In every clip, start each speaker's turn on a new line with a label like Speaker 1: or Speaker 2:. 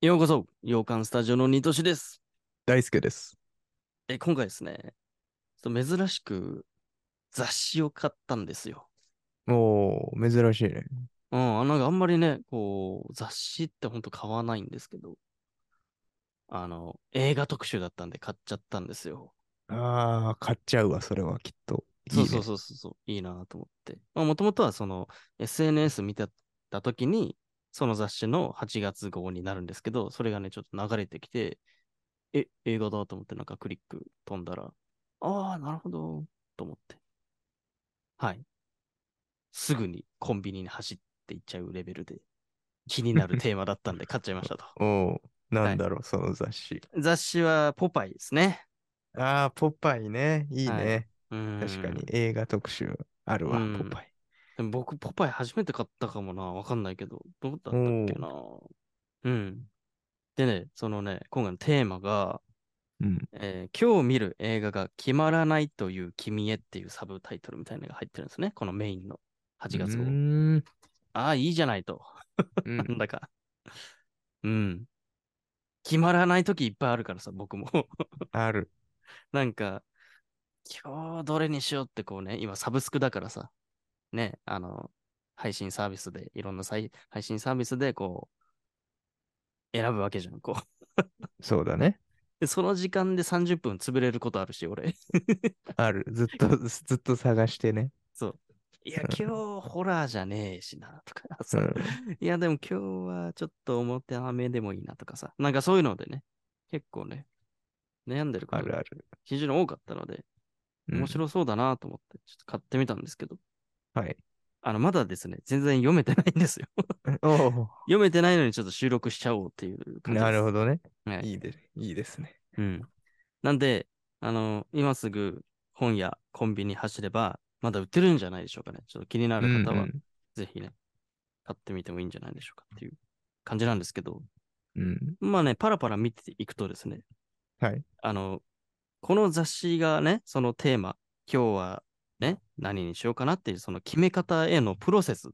Speaker 1: ようこそ、洋館スタジオのニトシです。
Speaker 2: 大輔です。
Speaker 1: え、今回ですね、ちょっと珍しく雑誌を買ったんですよ。
Speaker 2: おー、珍しいね。
Speaker 1: うん、あなんかあんまりね、こう、雑誌ってほんと買わないんですけど、あの、映画特集だったんで買っちゃったんですよ。
Speaker 2: ああ、買っちゃうわ、それはきっと。いい
Speaker 1: そ
Speaker 2: ね
Speaker 1: うそうそうそうそう、いいなと思って。もともとはその SNS 見てた時に、その雑誌の8月号になるんですけど、それがね、ちょっと流れてきて、え、映画だと思ってなんかクリック飛んだら、ああ、なるほど、と思って。はい。すぐにコンビニに走っていっちゃうレベルで、気になるテーマだったんで買っちゃいました と。
Speaker 2: おー、なんだろう、その雑誌。
Speaker 1: 雑誌はポパイですね。
Speaker 2: ああ、ポパイね。いい
Speaker 1: はい
Speaker 2: ね。
Speaker 1: うん
Speaker 2: 確かに。映画特集あるわ、
Speaker 1: うん
Speaker 2: ポパイ。
Speaker 1: でも僕、ポパイ初めて買ったかもな。わかんないけど。どうだったっけな。うん。でね、そのね、今回のテーマが、
Speaker 2: うん。
Speaker 1: えー今日見る映画が決まらないという君へっていうサブタイトルみたいなのが入ってるんですね。このメインの8月号
Speaker 2: うー。ん。
Speaker 1: ああ、いいじゃないと。
Speaker 2: うん
Speaker 1: なんだか。うん。決まらない時いっぱいあるからさ、僕も。
Speaker 2: ある。
Speaker 1: なんか、今日どれにしようってこうね、今サブスクだからさ、ね、あの、配信サービスで、いろんなさい配信サービスでこう、選ぶわけじゃん、こう。
Speaker 2: そうだね。
Speaker 1: で、その時間で30分潰れることあるし、俺。
Speaker 2: ある。ずっと、 ずっと探してね。
Speaker 1: いや
Speaker 2: う、ん
Speaker 1: 今日ホラーじゃねえしな、 とか
Speaker 2: う
Speaker 1: さ。
Speaker 2: ん。
Speaker 1: いや、でも今日はちょっと表雨でもいいなとかさ。なんかそういうのでね、結構ね、悩んでるこ
Speaker 2: あ
Speaker 1: と
Speaker 2: る
Speaker 1: が
Speaker 2: ある。
Speaker 1: 非常に多かったので、
Speaker 2: うん
Speaker 1: 面白そうだなと思って、ちょっと買ってみたんですけど、
Speaker 2: はい。
Speaker 1: あの、まだですね、全然読めてないんですよ。
Speaker 2: お
Speaker 1: 読めてないのにちょっと収録しちゃおうっていう
Speaker 2: ー、
Speaker 1: 感じです。
Speaker 2: なるほどね。
Speaker 1: はい
Speaker 2: いいで、いいですね。
Speaker 1: うん。なんで、あの、今すぐ本やコンビニ走れば、まだ売ってるんじゃないでしょうかね。ちょっと気にな
Speaker 2: あ
Speaker 1: る方は、ぜひね、買ってみてもいいんじゃないでしょうかっていう感じなんですけど、
Speaker 2: うん。
Speaker 1: まあね、パラパラ見ていくとですね、
Speaker 2: はい。
Speaker 1: あの、この雑誌がね、そのテーマ、今日はね、何にしようかなっていう、その決め方へのプロセス、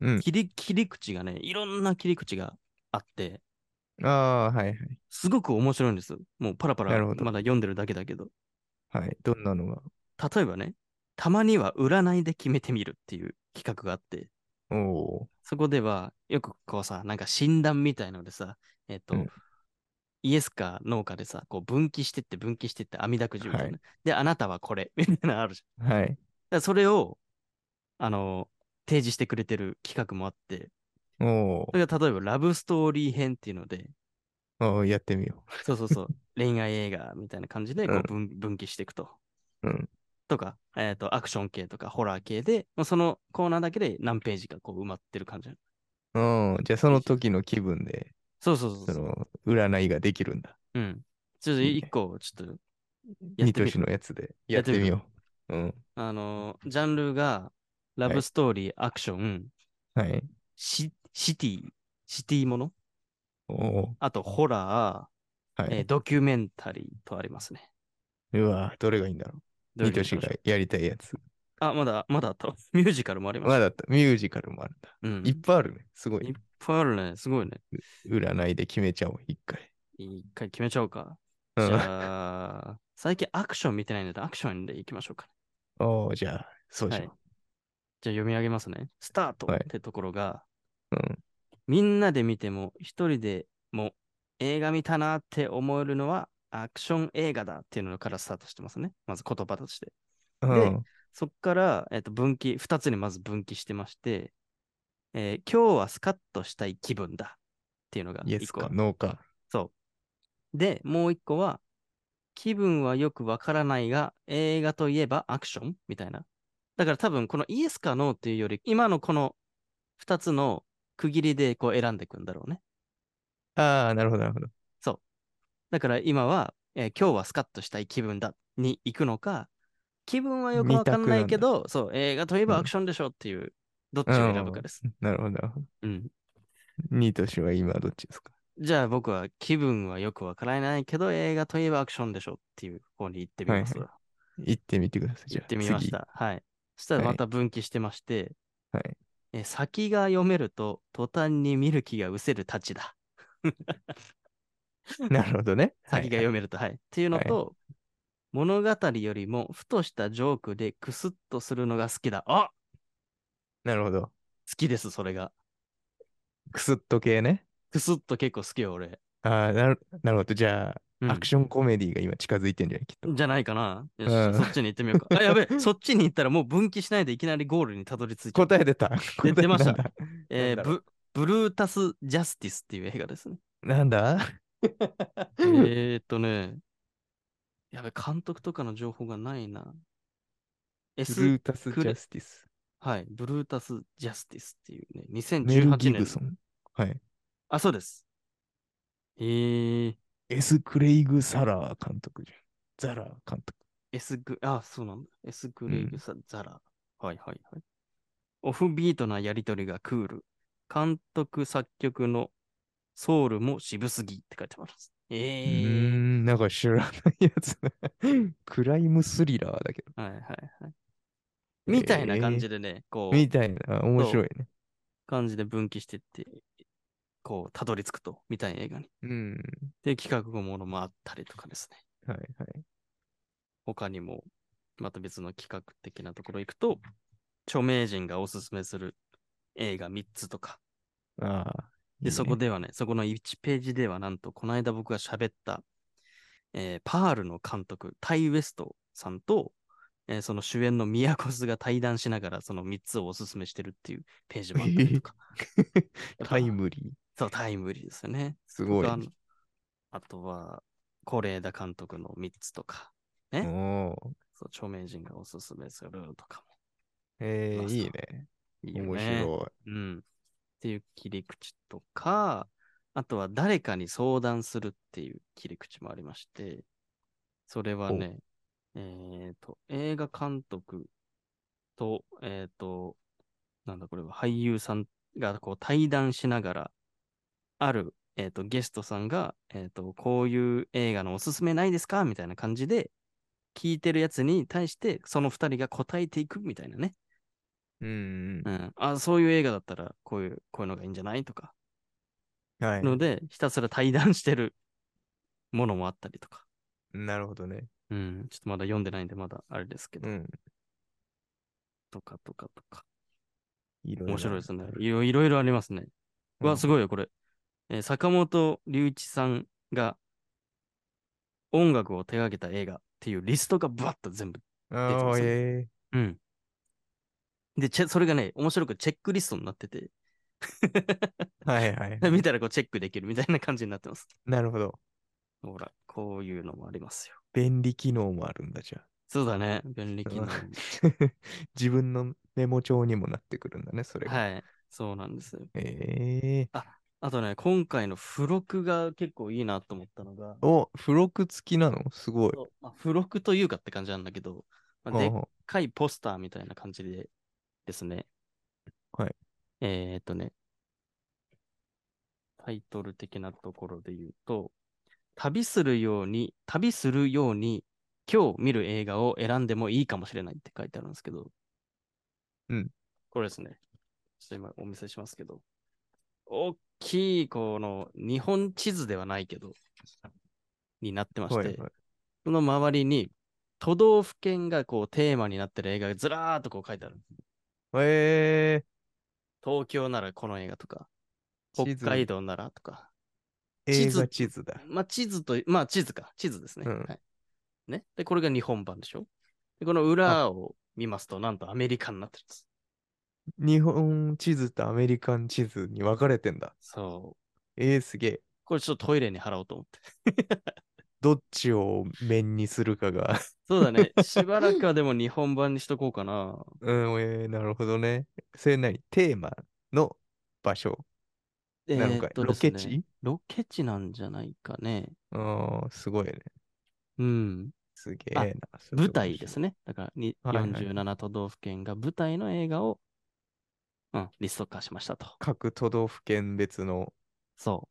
Speaker 2: うん。
Speaker 1: 切り切り口がね、いろんな切り口があって、
Speaker 2: ああー、はいはい。
Speaker 1: すごく面白いんですよ。もうパラパ
Speaker 2: な
Speaker 1: ラ
Speaker 2: る
Speaker 1: ま
Speaker 2: ほど
Speaker 1: だ読んでるだけだけど。
Speaker 2: はい。どんなのが
Speaker 1: 例えばね、たまには占いで決めてみるっていう企画があって、
Speaker 2: お
Speaker 1: そこではよくこうさ、なんか診断みたいのでさ、えっ、と、
Speaker 2: うん
Speaker 1: イエスかノーかでさ、こう分岐してって分岐してって網だくじみたいな、
Speaker 2: は
Speaker 1: で、あなたはこれ、 みたいなのあるじゃん。
Speaker 2: ー。は
Speaker 1: だ
Speaker 2: い。
Speaker 1: からそれを、あの、提示してくれてる企画もあって、
Speaker 2: おお
Speaker 1: そ。れが例えばラブストーリー編っていうので、
Speaker 2: おーやってみよ
Speaker 1: そうそうそう。恋愛映画みたいな感じでこ
Speaker 2: う
Speaker 1: うん分,、分岐していくと。
Speaker 2: うん
Speaker 1: とか、えっ、と、アクション系とかホラー系で、もうそのコーナーだけで何ページかこう埋まってる感じ。
Speaker 2: う。うん。じゃあ、その時の気分で、
Speaker 1: そうそうそう
Speaker 2: そ
Speaker 1: そう。
Speaker 2: の、占いができるんだ。
Speaker 1: うん。ちょっと
Speaker 2: いい
Speaker 1: 一
Speaker 2: ね
Speaker 1: 個、ちょっと、やっ
Speaker 2: ニ
Speaker 1: て
Speaker 2: ト
Speaker 1: み
Speaker 2: シ
Speaker 1: る。
Speaker 2: のやつで
Speaker 1: や
Speaker 2: や
Speaker 1: っ
Speaker 2: ってて
Speaker 1: みる
Speaker 2: みよう。うん。
Speaker 1: あのー、ジャンルが、ラ
Speaker 2: は
Speaker 1: ブ
Speaker 2: い
Speaker 1: ストーリー、アクション、
Speaker 2: はい。
Speaker 1: シシティ、シティもの、
Speaker 2: おお
Speaker 1: あとホラ
Speaker 2: ー。は
Speaker 1: ー、えー
Speaker 2: い。
Speaker 1: ドキュメンタリーとありますね。
Speaker 2: うわどれがいいんだろう。
Speaker 1: どれ
Speaker 2: ニ
Speaker 1: がい
Speaker 2: ト
Speaker 1: いか
Speaker 2: シ
Speaker 1: な
Speaker 2: がやりたいやつ。
Speaker 1: あ、まだ、まだあった。ミュージカルもありまし
Speaker 2: ま
Speaker 1: た。
Speaker 2: だあったミュージカルもあるんだ。
Speaker 1: うん。
Speaker 2: いっぱいあるね。すご
Speaker 1: いっ
Speaker 2: い。
Speaker 1: ぱいあるね。すごいね。
Speaker 2: 占いで決めちゃおう、一回。
Speaker 1: 一回決めちゃおうか。
Speaker 2: う
Speaker 1: じ
Speaker 2: ん。
Speaker 1: ゃあ、最近アクション見てないので、アクションでいきましょうか、
Speaker 2: おおじゃあ、そうし
Speaker 1: は
Speaker 2: よ
Speaker 1: い。じゃあ読み上げますね。スタート
Speaker 2: はい
Speaker 1: ってところが、
Speaker 2: う。うん。
Speaker 1: みんなで見ても、一人でも映画見たなって思えるのはアクション映画だっていうのからスタートしてますね。まず言葉として。
Speaker 2: うん。
Speaker 1: そっから、えっと分岐、二つにまず分岐してまして、えー今日はスカッとしたい気分だっていうのが
Speaker 2: イエ
Speaker 1: 一
Speaker 2: ス
Speaker 1: 個
Speaker 2: か、ノーか。
Speaker 1: そう。で、もう一個は、気分はよくわからないが、映画といえばアクションみたいな。だから多分、このイエスかノーっていうより、今のこの2つの区切りでこう選んでいくんだろうね。
Speaker 2: ああ、なるほど、なるほど。
Speaker 1: だから今は、えー今日はスカッとしたい気分だに行くのか、気分はよくわかんないけど、そう、映画といえばアクションでしょっていう、どっちを選ぶかです。
Speaker 2: なるほどなるほど。
Speaker 1: うん。
Speaker 2: ニトシは今どっちですか
Speaker 1: じゃあ僕は気分はよくわからないけど、映画といえばアクションでしょっていう方に行ってみますわ。
Speaker 2: 行ってみてください。じゃ
Speaker 1: 行
Speaker 2: あ
Speaker 1: ってみまし
Speaker 2: 次
Speaker 1: た。はい。そしたら
Speaker 2: はい
Speaker 1: また分岐してまして、
Speaker 2: はい
Speaker 1: え先が読めると途端に見る気が失せるたちだ。
Speaker 2: なるほどね。
Speaker 1: 先が
Speaker 2: はい
Speaker 1: 読めると。はい。っていうのと、物語よりも、ふとしたジョークでクスッとするのが好きだ。あ
Speaker 2: なるほど。
Speaker 1: 好きです、それが。
Speaker 2: クスッと系ね。
Speaker 1: クスッと結構好きよ、俺。
Speaker 2: ああ、なるなるほど。じゃあ、
Speaker 1: うん
Speaker 2: アクションコメディが今近づいてんじゃないきっと。
Speaker 1: じゃないかな。よ
Speaker 2: う
Speaker 1: し、
Speaker 2: ん
Speaker 1: そっちに行ってみようか。あ、やべ え、そっちに行ったらもう分岐しないでいきなりゴールにたどり着いちゃう。
Speaker 2: 答え出た。答 え
Speaker 1: 出ました
Speaker 2: なんだ
Speaker 1: えー
Speaker 2: なんだろ
Speaker 1: ブブルータス・ジャスティスっていう映画ですね。
Speaker 2: なんだ
Speaker 1: えーっとね、やべ、監督とかの情報がないな。
Speaker 2: ブル
Speaker 1: S、
Speaker 2: ータス・ジ
Speaker 1: クレ
Speaker 2: ャスティス。
Speaker 1: はい、ブルータス・ジャスティスっていうね、
Speaker 2: メル・ギ
Speaker 1: 2018
Speaker 2: ブ
Speaker 1: 年
Speaker 2: ソ
Speaker 1: の。
Speaker 2: ン。はい。
Speaker 1: あ、そうです。えー、
Speaker 2: S ・クレイグ・サラー監督じゃん。ザラー監督。
Speaker 1: S グ、あ、そうなんだ。S グレイグサ、ザラ。はいはいはい。オフビートなやりとりがクール。監督作曲のソウルも渋すぎって書いてます。
Speaker 2: う
Speaker 1: え
Speaker 2: ー
Speaker 1: ー。
Speaker 2: ん、なんか知らないやつ だ。クライムスリラーだけど。
Speaker 1: はいはいはい。みたいな感じでね、こう、
Speaker 2: みたいな。あ面白いね。
Speaker 1: 感じで分岐してって、こう、たどり着くと、みたいな映画に。
Speaker 2: うん。
Speaker 1: で、企画ものもあったりとかですね。
Speaker 2: はいはい。
Speaker 1: 他にも、また別の企画的なところ行くと、著名人がおすすめする映画3つとか、
Speaker 2: ああ。いい
Speaker 1: で、
Speaker 2: ね
Speaker 1: そこではね、そこの1ページではなんと、この間僕が喋った、えーパールの監督、タイ・ウェストさんと、えーその主演の宮古スが対談しながら、その3つをおすすめしてるっていうページもあったりとか。
Speaker 2: タイムリー。
Speaker 1: そう、タイムリーですよね。
Speaker 2: すごい
Speaker 1: とか。あとは、是枝監督の3つとか、ね
Speaker 2: おー
Speaker 1: そう著名人がおすすめするとか
Speaker 2: え
Speaker 1: ま
Speaker 2: ー、
Speaker 1: す
Speaker 2: いいね。
Speaker 1: も。いいよね。
Speaker 2: 面白
Speaker 1: うん。っていう切り口とか、あとは誰かに相談するっていう切り口もありまして、それはね、えっ、と、映画監督と、えっ、と、なんだこれは、俳優さんがこう対談しながら、ある、えっ、と、ゲストさんが、えっ、と、こういう映画のおすすめないですかみたいな感じで、聞いてるやつに対して、その二人が答えていくみたいなね。
Speaker 2: い。うん
Speaker 1: う。ん、あそういう映画だったらこういうこういうのがいいんじゃないとか、
Speaker 2: はい。
Speaker 1: のでひたすら対談してるものもあったりとか、
Speaker 2: なるほどね。
Speaker 1: うん、ちょっとまだ読んでないんでまだあれですけど、
Speaker 2: うん。
Speaker 1: とかとかとか
Speaker 2: いろいろ
Speaker 1: 面白いですね
Speaker 2: ある
Speaker 1: いろいろいろありますね、う
Speaker 2: う
Speaker 1: わ
Speaker 2: ん
Speaker 1: すごいよこれ、えー坂本龍一さんが音楽を手掛けた映画っていうリストがバッと全部、出て
Speaker 2: あ
Speaker 1: ま
Speaker 2: あ、
Speaker 1: すね
Speaker 2: え
Speaker 1: うん、でチェそれがね面白くチェックリストになってて
Speaker 2: ー。はいはい。
Speaker 1: 見たらこうチェックできるみたいな感じになってます
Speaker 2: なるほど。
Speaker 1: ほらこういうのもありますよ
Speaker 2: 便利機能もあるんだじゃあ。
Speaker 1: そうだね、便利機能。
Speaker 2: 自分のメモ帳にもなってくるんだね、それが。
Speaker 1: はい、そうなんですよ。
Speaker 2: え
Speaker 1: あとね、今回の付録が結構いいなと思ったのが
Speaker 2: ー。、お、付録付きなのすごい。
Speaker 1: そうまあ付録というかって感じなんだけど、まあでっ
Speaker 2: ああ
Speaker 1: かいポスターみたいな感じでですね。
Speaker 2: はい。
Speaker 1: えー、っとね、タイトル的なところで言うと、旅するように、旅するように、今日見る映画を選んでもいいかもしれないって書いてあるんですけど、
Speaker 2: うん。
Speaker 1: これですね。ちょっと今お見せしますけど、大きい、この、日本地図ではないけど、になってまして、
Speaker 2: はいはい。
Speaker 1: その周りに、都道府県がこうテーマになってる映画がずらーっとこう書いてある。
Speaker 2: え
Speaker 1: 東京ならこの映画とか、
Speaker 2: ー、
Speaker 1: 北
Speaker 2: 地図
Speaker 1: 海。道ならとか。地
Speaker 2: 映
Speaker 1: 図
Speaker 2: 画地図だ。
Speaker 1: まあ地図と、まあ地図か、地図ですね。
Speaker 2: うん
Speaker 1: はい。ね。で、これが日本版でしょで、この裏を見ますと、なんとアメリカになってるんです。
Speaker 2: 日本地図とアメリカン地図に分かれてんだ。
Speaker 1: そう。
Speaker 2: えー、すげえ。
Speaker 1: これちょっとトイレに払おうと思って。
Speaker 2: どっちを面にするかが。
Speaker 1: そうだ ね。しばらくはでも日本版にしとこうかな。
Speaker 2: うん、えー、なるほどね。それなにテーマの場所なのかい、
Speaker 1: えーっと
Speaker 2: ロ
Speaker 1: ですね
Speaker 2: ケ地
Speaker 1: ロケ地なんじゃないかね。
Speaker 2: ああ、すごいね。
Speaker 1: うん。
Speaker 2: すげえな。それ
Speaker 1: 舞台です
Speaker 2: 面
Speaker 1: ね。だからに、
Speaker 2: はいはい
Speaker 1: 47都道府県が舞台の映画を、うん、リスト化しましたと。
Speaker 2: 白い。各都道府県別の
Speaker 1: そ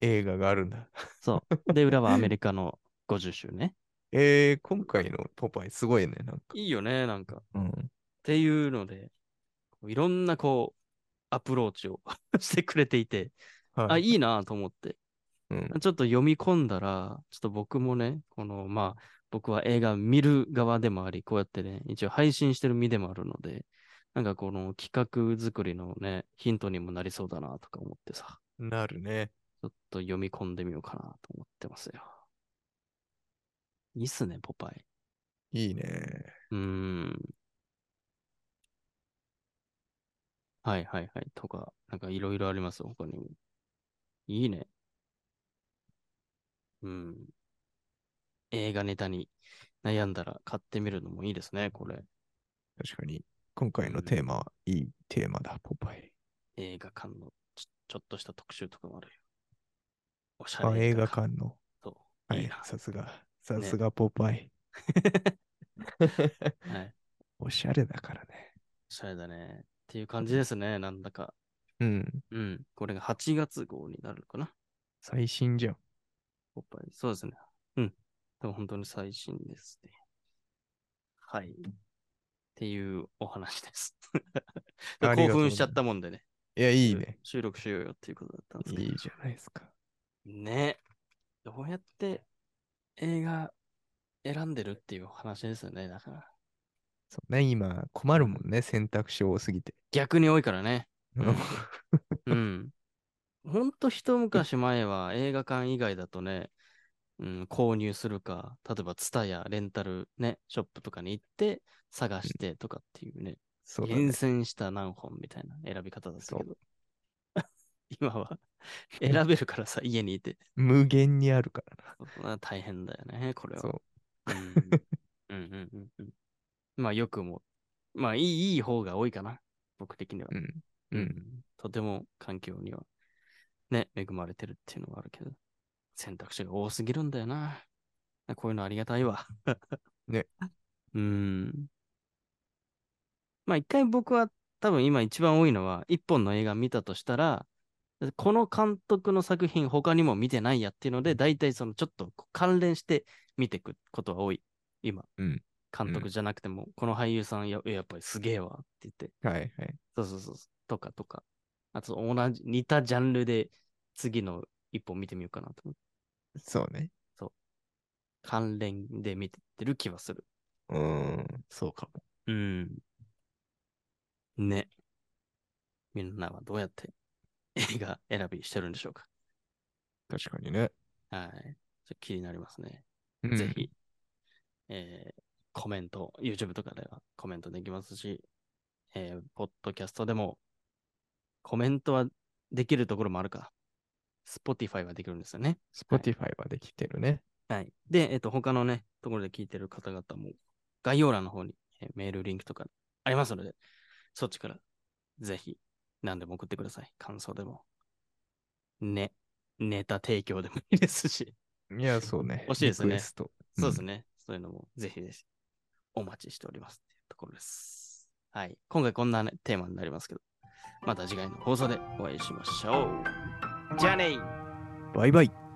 Speaker 2: 映画があるんだ。
Speaker 1: う。そう。で、裏はアメリカの50周ね。
Speaker 2: えー、今回のポパイすごいね。なんか、
Speaker 1: いいよね、なんか。っ
Speaker 2: うん、
Speaker 1: ていうので、いろんなこう、アプローチを してくれていて、
Speaker 2: は
Speaker 1: あ、
Speaker 2: い。
Speaker 1: いいなと思って。
Speaker 2: うん。
Speaker 1: ちょっと読み込んだら、ちょっと僕もね、この、まあ、僕は映画見る側でもあり、こうやってね、一応配信してる身でもあるので、なんかこの企画作りのね、ヒントにもなりそうだなとか思ってさ、
Speaker 2: なるね。
Speaker 1: ちょっと読み込んでみようかなと思ってますよ。いいっすね、ポパイ。
Speaker 2: いいね。
Speaker 1: うーん。はいはいはい。とか、なんかいろいろありますよ、他にも。いいね。うん。映画ネタに悩んだら買ってみるのもいいですね、これ。
Speaker 2: 確かに。今回のテーマは、いいテーマだ、ポパイ。
Speaker 1: 映画館のちょちょっとした特集とかもあるよ。おしゃ
Speaker 2: あ、
Speaker 1: れ
Speaker 2: 映
Speaker 1: 映
Speaker 2: 画
Speaker 1: 画館。
Speaker 2: 館の。
Speaker 1: と
Speaker 2: はい
Speaker 1: い
Speaker 2: い
Speaker 1: な、
Speaker 2: さすが。さすがポ パイ。
Speaker 1: はい。
Speaker 2: おしゃれだからね。
Speaker 1: おしゃれだね。っていう感じですね、なんだか。
Speaker 2: うん。
Speaker 1: うん。これが8月号になるのかな。
Speaker 2: 最新じゃん。
Speaker 1: ポパイ。そうですね。うん。でも本当に最新ですね。はい。っていうお話です。
Speaker 2: あ
Speaker 1: 興
Speaker 2: りがとうございます
Speaker 1: 奮しちゃったもんでね。
Speaker 2: いや、いいね。
Speaker 1: 収録しようよっていうことだったんですけ
Speaker 2: い
Speaker 1: ど。
Speaker 2: いじゃないですか。
Speaker 1: ね。どうやって映画選んでるっていうお話ですよね。だから。
Speaker 2: そうね、今、困るもんね、選択肢多すぎて。
Speaker 1: 逆に多いからね。うん
Speaker 2: は
Speaker 1: うん。 ほんと一昔前は映画館以外だとね、うん、購入するか、例えばツタやレンタルね、ショップとかに行って探してとかっていうね、
Speaker 2: そうだね
Speaker 1: 厳選した何本みたいな選び方だったけ
Speaker 2: そ
Speaker 1: ど。 今は選べるからさ、家にいて。
Speaker 2: 無限にあるからな。
Speaker 1: まあ大変だよね、これは。
Speaker 2: そ
Speaker 1: うん。 うんうんうんうん。まあ、よくも、まあいい、いい方が多いかな、僕的には
Speaker 2: う。。うん。うん。
Speaker 1: とても環境には、ね、恵まれてるっていうのはあるけど、選択肢が多すぎるんだよな。こういうのありがたいわ。
Speaker 2: ね。
Speaker 1: うーん。まあ一回僕は多分今一番多いのは、一本の映画見たとしたら、この監督の作品他にも見てないやっていうので、大体そのちょっと関連して見ていくことは多い。今。
Speaker 2: うん
Speaker 1: 監
Speaker 2: う
Speaker 1: 督じゃなくても、この俳優さんややっぱりすげえわって言って、
Speaker 2: はいはい。
Speaker 1: そうそうそうそう。とかとか。あと、同じ、似たジャンルで次の一本見てみようかなと思って。
Speaker 2: そうね。
Speaker 1: 関連で見てってる気はする。
Speaker 2: うーん。そうかも。
Speaker 1: うん。ね。みんなはどうやって映画選びしてるんでしょうか。
Speaker 2: 確かにね。
Speaker 1: はい。ちょっと気になりますね。
Speaker 2: うん
Speaker 1: ぜ。ひ、えーコメント、YouTube とかではコメントできますし、えー、ポッドキャストでもコメントはできるところもあるか。Spotify はできるんですよね。
Speaker 2: Spotify はできてるね。
Speaker 1: はい。で、えっと、他のね、ところで聞いてる方々も、概要欄の方に、えーメールリンクとかありますので、そっちから、ぜひ、何でも送ってください。感想でも。ね、ネタ提供でもいいですし。
Speaker 2: いや、そうね。
Speaker 1: 欲しいですね
Speaker 2: リクエスト。
Speaker 1: そうです
Speaker 2: ね。
Speaker 1: ね。そういうのも、ぜひぜひ、お待ちしておりますっていうところです。はい。今回こんな、ね、テーマになりますけど、また次回の放送でお会いしましょう。じゃあねー
Speaker 2: バイバイ。